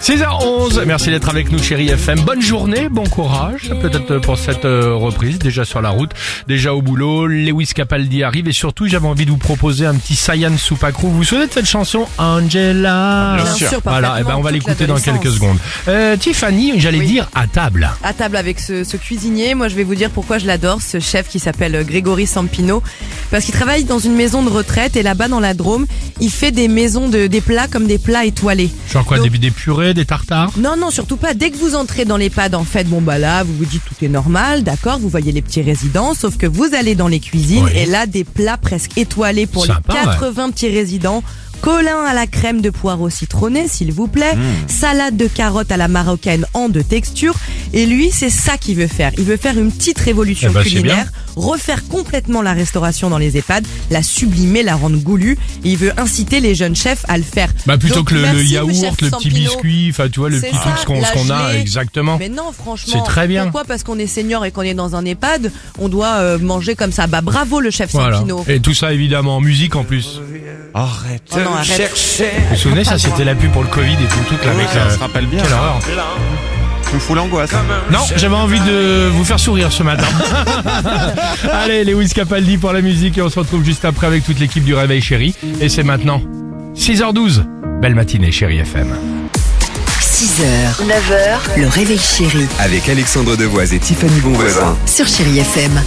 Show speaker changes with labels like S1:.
S1: 6h11, merci d'être avec nous chérie FM. Bonne journée, bon courage, peut-être pour cette euh, reprise, déjà sur la route, déjà au boulot, Lewis Capaldi arrive et surtout j'avais envie de vous proposer un petit Sayan Soupacrou. Vous vous souvenez de cette chanson Angela
S2: Bien sûr. sûr,
S1: Voilà, et ben on va
S2: toute
S1: l'écouter dans
S2: l'adolescence.
S1: quelques secondes. Euh, Tiffany, j'allais dire à table.
S2: à table avec ce, ce cuisinier. Moi, je vais vous dire pourquoi je l'adore, ce chef qui s'appelle Grégory Sampino. Parce qu'il travaille dans une maison de retraite et là-bas dans la Drôme, il fait des maisons de, des plats comme des plats étoilés.
S1: Genre quoi,
S2: Donc-
S1: des, des purées, des tartares
S2: Non, non, surtout pas. Dès que vous entrez dans l'EHPAD, en fait, bon, bah là, vous vous dites tout est normal, d'accord, vous voyez les petits résidents, sauf que vous allez dans les cuisines
S1: Oui.
S2: et là, des plats presque étoilés pour
S1: Sympa, ouais.
S2: les 80 petits résidents. Colin à la crème de poireaux citronnés, s'il vous plaît.
S1: Hmm.
S2: Salade de carottes à la marocaine en deux textures. Et lui, c'est ça qu'il veut faire. Il veut faire une petite révolution
S1: Eh ben, c'est
S2: culinaire, refaire complètement la restauration dans les EHPAD, la sublimer, la rendre goulue. Et il veut inciter les jeunes chefs à le faire.
S1: bah plutôt
S2: Donc,
S1: que le, le
S2: merci,
S1: yaourt,
S2: chef
S1: le petit
S2: Sampino.
S1: biscuit, enfin tu vois le
S2: C'est
S1: petit
S2: ça,
S1: truc ce qu'on
S2: la
S1: ce qu'on a
S2: gelée.
S1: exactement.
S2: Mais non, franchement.
S1: C'est très bien.
S2: Pourquoi Parce qu'on est senior et qu'on est dans un EHPAD, on doit euh, manger comme ça. Bah bravo le chef
S1: Voilà.
S2: Sampino.
S1: Et tout ça évidemment en musique en plus.
S3: Arrête.
S2: Oh non, arrête.
S1: Vous vous souvenez, ça c'était la pub pour le Covid et tout, tout là, avec
S3: Ah, ça,
S1: la-
S3: on se rappelle bien.
S1: Quelle horreur.
S3: Tu me fous l'angoisse.
S1: Non, j'avais envie de vous faire sourire ce matin. Allez, Lewis Capaldi pour la musique et on se retrouve juste après avec toute l'équipe du Réveil Chéri. Et c'est maintenant 6h12. Belle matinée, chérie FM.
S4: 6h, 9h, le réveil chéri
S5: Avec Alexandre Devoise et Tiffany Bonvoisin.
S4: sur Chéri FM.